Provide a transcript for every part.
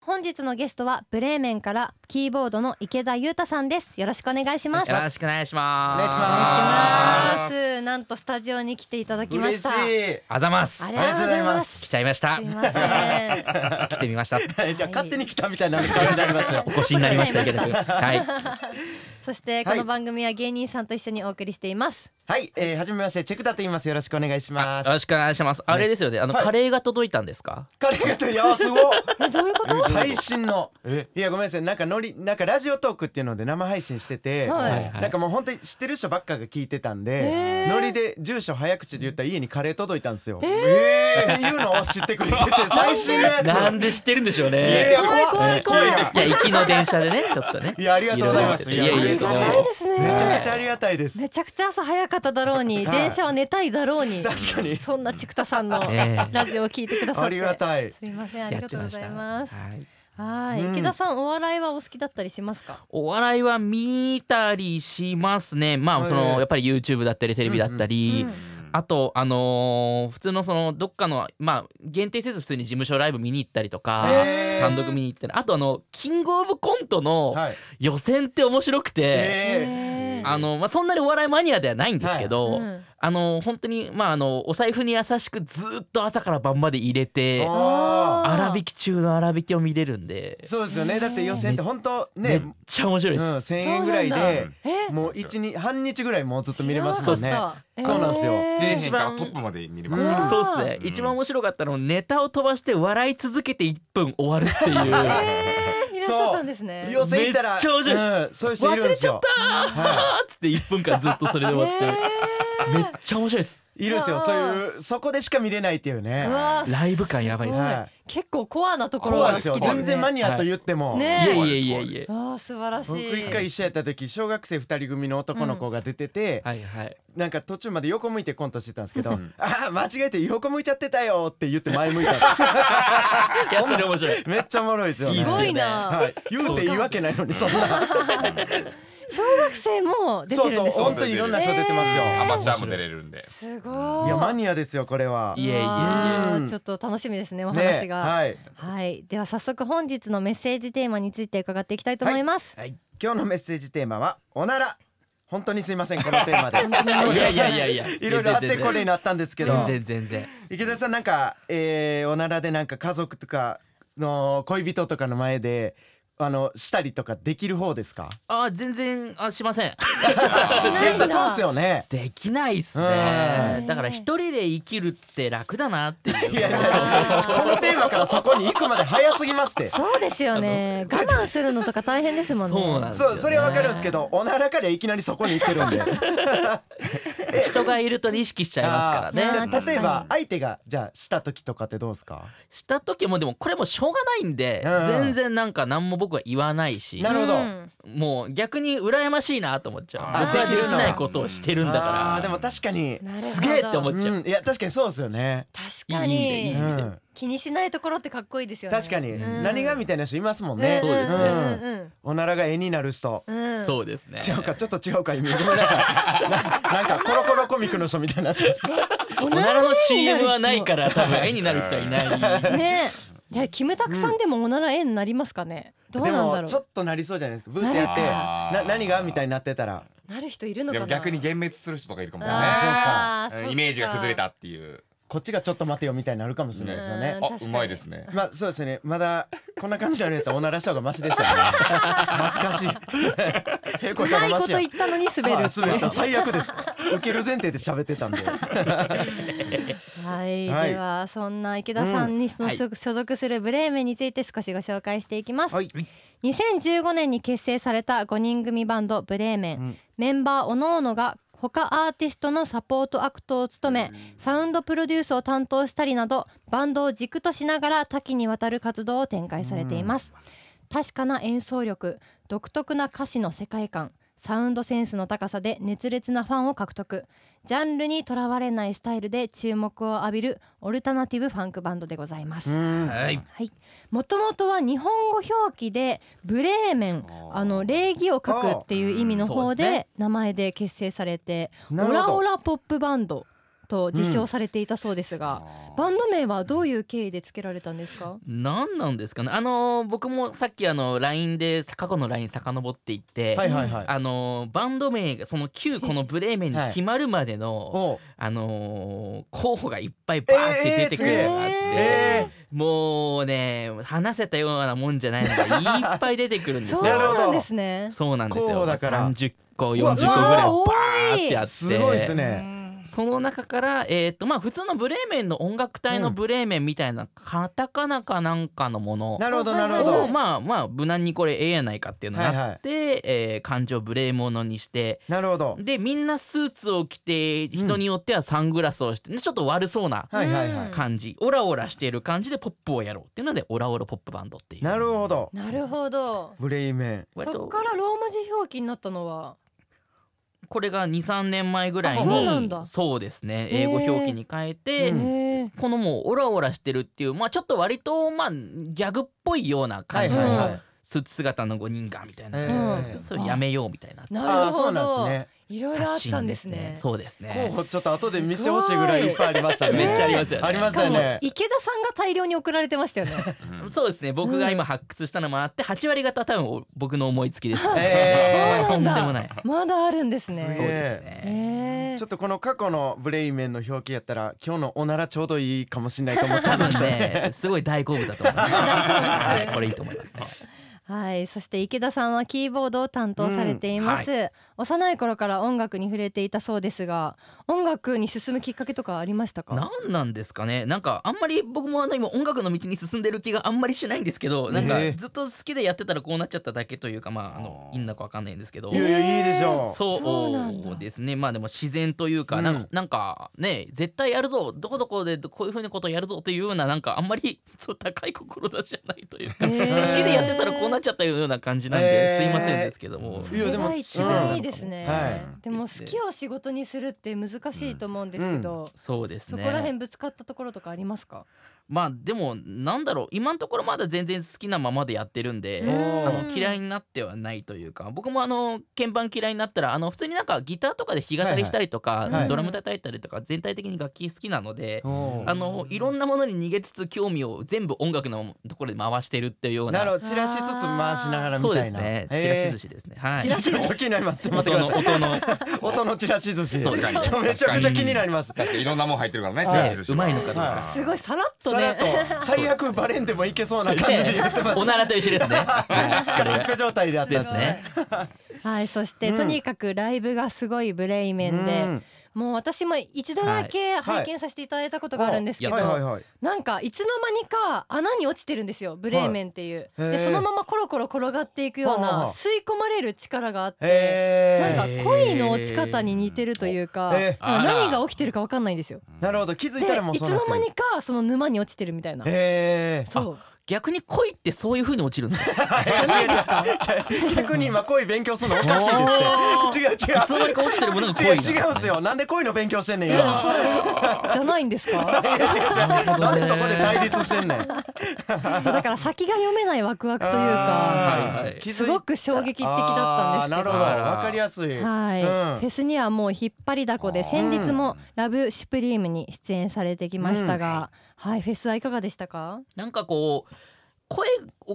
本日のゲストはブレーメンからキーボードの池田裕太さんですよろしくお願いしますよろしくお願いします。お願いしお願いしまお願いしますなんとスタジオに来ていただきま嬉ししたい。あざます。ありりががととうごうござざいいまますす来ちゃいましたす。いません来てみました。えじゃあ勝手に来たみたいな顔になりますよお。越しになりました 池田君。はい。そしてこの番組は芸人さんと一緒にお送りしています、はい、えー、はじめましてチェクダと言います。よろしくお願いしあまよろす。しくお願いします。あれですよね。あのはいカレーが届いたんですか。カレーがといやすごい。えどういうこと最新のえいやごめんなさいなんかノリなんかラジオトークっていうので生配信してて、はいはいはいなんかもう本当に知ってる人ばっかが聞いてたんへでーノリで住所早口で言ったら家にカレー届いたんですよ。えー、っていうのを知ってくれてて最新のや つ。なんで知ってるんでしょういやいね。や怖い怖い怖い。いや行きの電車でね ちょっとね。いやありがとうございますろろ思ってありていやいやとがんでもたないいですねめちゃめちゃありがたいです。めちゃくちゃ朝早かっただろうに、はい電車を寝たいだろうに確かにそんなちくたさんの ええラジオを聞いてくださってありがたいすいませんありやがってとうございますしたはいはい、うん池田さんお笑いはお好きだったりしますかお笑いは見たりしますね。まあそはいのやっぱり YouTube だったりテレビだったりうんうん。あとあのー普通のそのどっかのまあ限定せず普通に事務所ライブ見に行ったりとかへー単独見に行ったりあとあのキングオブコントのはい。予選って面白くて、えへあのまあ、そんなにお笑いマニアではないんですけど、はいうんあの本当に、まあ、あのお財布に優しくずーっと朝から晩まで入れー、てあーー粗挽き中の粗挽きを見れるんで、そうですよね。だって予選って本当めっね、ちゃ面白いでうん、す。千円ぐらいそうなんでだ。えもう一日半日ぐらいもうずっと見れますそもうんね。そうそうなんですよ底で辺からトップまで見れますうね。んそうですね、うん一番面白かったのはネタを飛ばして笑い続けて1分終わるって いう、いらっしゃったんですね予選行ったら、めっちゃ面白いですうん、そういう人い忘るんでれすちゃっよ。たはーっつって1分間ずっとそれで終わって、めっちゃ面白いですい、いるんですよ。そういうそこでしか見れないっていうね。うわーライブ感やばいです、はいい結構コアなところ怖がい好できすですよ。ね全然マニアと言っても。ねいやいやいやいやああ素晴らしい僕一回一緒やった時小学生二人組の男の子が出てて、はいはいなんか途中まで横向いてコントしてたんですけど、うんああ間違えて横向いちゃってたよって言って前向いたんですいやそれ面白いよめっちゃおもろいですよねすごいなはい、言うていいわけないのにそんな小学生も出てそるうんそうです本ね当にいろんな人出てますよ、えアマチュアも出れるんで。すごいいやマニアですよこれはいやいやいやわあうんちょっと楽しみですねお話がはいはい、では早速本日のメッセージテーマについて伺っていきたいと思います。はい今日のメッセージテーマはおなら本当にすいませんこのテーマで いやいやいやいやいろいろあってこれになったんですけど全然全然池田さんなんか、えーおならでなんか家族とかの恋人とかの前であのしたりとかできる方ですかあー全然あしませんしないやっんぱだそうっすよねできないっすうねんだから一人で生きるって楽だなっていういやじゃあこのテーマからそこに行くまで早すぎますってそうですよね。我慢するのとか大変ですもんね。そうなんですよ、そね、うそれはわかるんですけどおならからいきなりそこに行ってるんで人がいると意識しちゃいますあーからあねー例えば相手がじゃあした時とかってどうですかした時もでもこれもしょうがないんで、うん全然なんか何も僕は言わないしなるほどうんもう逆に羨ましいなと思っちゃあうー僕はできないことをしてるんだかあーでも確かになるほどらすげえって思っちゃう、うん、いや確かにそうですよね、確かいい意味でいにい意う味でん、気にしないところってかっこいいですよね。確かに、うん何がみたいな人いますもんねね、そうですねんおならが絵になる人、うんうんうん。そうですね違うかちょっと違うか意味ごめんなさいななんかコロコロコミックの人みたいになっちゃうおおならの CM はないらから多分絵になる人はい ない絵になる人も。ね。いやキムタクさんでもおなら絵になりますかね。どうでなんだもちょろっとなりそうじゃないですかブーってやってなるな何がみたいになってたらう。なる人いるのでかもな。逆に幻滅する人とかいるかもね。あーそうかうんイメージが崩れたっていう。こっちがちょっと待てよみたいになるかもしれないですよねうん確あ、かにうまいですね。まあそうですねまだこんな感じのやったらおならした方がマシでしたよね 恥ずかし い平子うさまんがいマこシと言やったのに滑ある。滑った最悪です受ける前提で喋ってたんではい、はいではそんな池田さんにその所所属するブレーメンについて少しご紹介していきます、はい2015年に結成された5人組バンドブレーメン、うんメンバーおのおのが他アーティストのサポートアクトを務めサウンドプロデュースを担当したりなどバンドを軸としながら多岐にわたる活動を展開されています、確かな演奏力独特な歌詞の世界観サウンドセンスの高さで熱烈なファンを獲得ジャンルにとらわれないスタイルで注目を浴びるオルタナティブファンクバンドでございます、うんはいはい、もともとは日本語表記でブレーメンあーあの礼儀を書くっていう意味のあーう方んそうですで名前で結成されてなオるラほオどラポップバンドと実証されていたそうですが、バンド名はどういう経緯でつけられたんですか何なんですかねあのー僕もさっきあの LINE で過去の LINE 遡っていって、はいはいはい。あのーバンド名がその旧このブレーメンに決まるまでの、 おうあのー候補がいっぱいバーって出てくるのがあって、えもうね話せたようなもんじゃないのがいっぱい出てくるんですそようなるほどなんですね。そうなんです候補よ。だから三十個、う四わ十個ぐらいバーっ多いてあって、すごいですね。その中からえっ、とまあ普通のブレーメンの音楽隊のうんブレーメンみたいなカタカナかなんかのものなるほどなるほなをどお。まあまあ無難にこれええやないかっていうのになって、えー感情ブレーものにして。なるほど。でみんなスーツを着て人によってはサングラスをして、ちょっと悪そうなはいはいはういん。感じ、オラオラしている感じでポップをやろうっていうのでオラオラポップバンドっていうなるほど。なるほど。ブレイメン。割とそっからローマ字表記になったのは、これが23年前ぐらいあそうなんにだそうですねへー英語表記に変えて、うんへーこのもうオラオラしてるっていうまあちょっと割とまあギャグっぽいようなは感いじはいはのい。スーツ姿の5人がみたいな、えうーんそれやめようみたいななあるあそほうなど。んですね。いろいろあったんです刷新ね。そうです候ね補ちょっと後で見せてほしいぐらいいっぱいありましたね。めっちゃありますよねありましたよね。池田さんが大量に送られてましたよ ね。うんそうですね僕が今発掘したのもあって8割方多分お僕の思いつきです、えそう ーとんでなんだもないまだあるんですそすうげえね。ですね、えちょっとこの過去のブレイメンの表記やったら今日のおならちょうどいいかもしれないと思っちゃ多いま分したね。ねすごい大好物だと思います、はい、これいいと思いますねはい、そして池田さんはキーボードを担当されています、幼い頃から音楽に触れていたそうですが、音楽に進むきっかけとかありましたか？なんなんですかねなんかあんまり僕もあの今音楽の道に進んでる気があんまりしないんですけどなんかええずっと好きでやってたらこうなっちゃっただけというかまああのいいんだかわかんないんですけど いやいやいいでしょう。そうそうなんだですねまあでも自然というかうんなんかなんかね絶対やるぞどこどこでこういうふうなことをやるぞというようななんかあんまりそう高い志じゃないというかへ好ーきでやってたらこうなっちゃったような感じなんへですーいませんですけども。いやでそれもが一番いいですね、うんはいでもです好ねきを仕事にするって難しいと思うんですけど、そうですそねこら辺ぶつかったところとかありますか、まあでもなんだろう今のところまだ全然好きなままでやってるんで、うんあの嫌いになってはないというか僕もあの鍵盤嫌いになったらあの普通になんかギターとかで弾き語りしたりとか、いはいドラム叩いたりとか全体的に楽器好きなので、おーあのいろんなものに逃げつつ興味を全部音楽のところで回してるっていうようななるほど。チラシつつ回しながらみたいな。そうですねチラシ寿司。司ですねはいチラシちょっと気になります。ちょっと待ってください。音の音の音のチラシ寿司。そうですねちょめちゃくちゃ気になります。確かにいろんなもん入ってるからねはいチラシ寿司はうまいのかどうかはすごいさらっとさらねっと最悪バレンでもいけそうな感じで言 ってましおならと一緒ですね。た。スカシック状態であったんでですすねね。 はいそして、うんとにかくライブがすごいブレイメンで、うんもう私も一度だけ拝見させていただいたことがあるんですけど、はいはいはい。なんかいつの間にか穴に落ちてるんですよブレーメンっていう、はいへでーそのままコロコロ転がっていくようはあはなあ吸い込まれる力があってなんえか恋の落ち方に似てるというかへーなんかあら何が起きてるか分かんないんですよ。ー。なるほど気づでいたらもういそつうなっのてる。間にかその沼に落ちてるみたいな。ええ。そう逆に恋ってそういう風に落ちるんですか。じゃないですか。逆に今恋勉強するのおかしいですって。違う違いつの間にか落ちてるものがう恋違うなんですね違うんすよ。なんで恋の勉強してんねんいや今。そうじゃないんですか。いや違う違う。なんでそこで対立してんねん。そうだから先が読めないワクワクというか、はいはいすごく衝撃的だったんですけど。あーなるほどわかりやすい。はい、うんフェスにはもう引っ張りだこであー先日も「ラブシュプリームに出演されてきましたが、はいフェスはいかがでしたかなんかこう声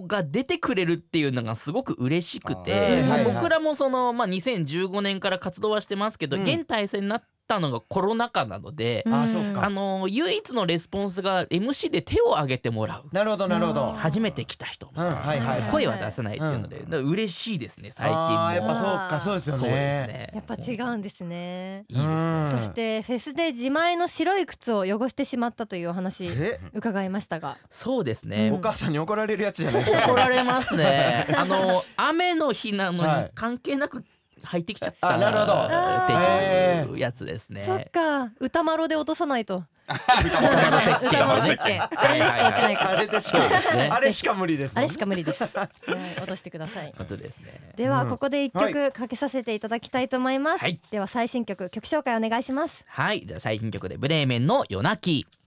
が出てくれるっていうのがすごく嬉しくあてーまあはいはい僕らもその、まあ、2015年から活動はしてますけど、うん現体制になったのがコロナ禍なので、あんそっかあの唯一のレスポンスが MC で手を挙げてもらうなるほどなるほどあ。初めて来た人みうんたいなはいはいはい。声は出せないっていうので、うんだから嬉しいですね最近もあーやっぱそうあーかそうですよそうですね。ねやっぱ違うんですね、いいですねそしてフェスで自前の白い靴を汚してしまったというお話え伺いましたがそうですね、お母さんに怒られるやつじゃないですか。怒られますねあの雨の日なのはにい関係なく入ってきちゃったあなるほどっていうやつですね、そっか歌マロで落とさないと歌の設計歌マロ設計あれしか落ちないかあられでしょそうですねあれしか無理ですあもれんね。しか無理 です、はい落としてくださいあとですねではうんここで一曲かけさせていただきたいと思います、はいでは最新曲曲紹介お願いしますはいじゃあ最新曲でブレーメンの夜泣き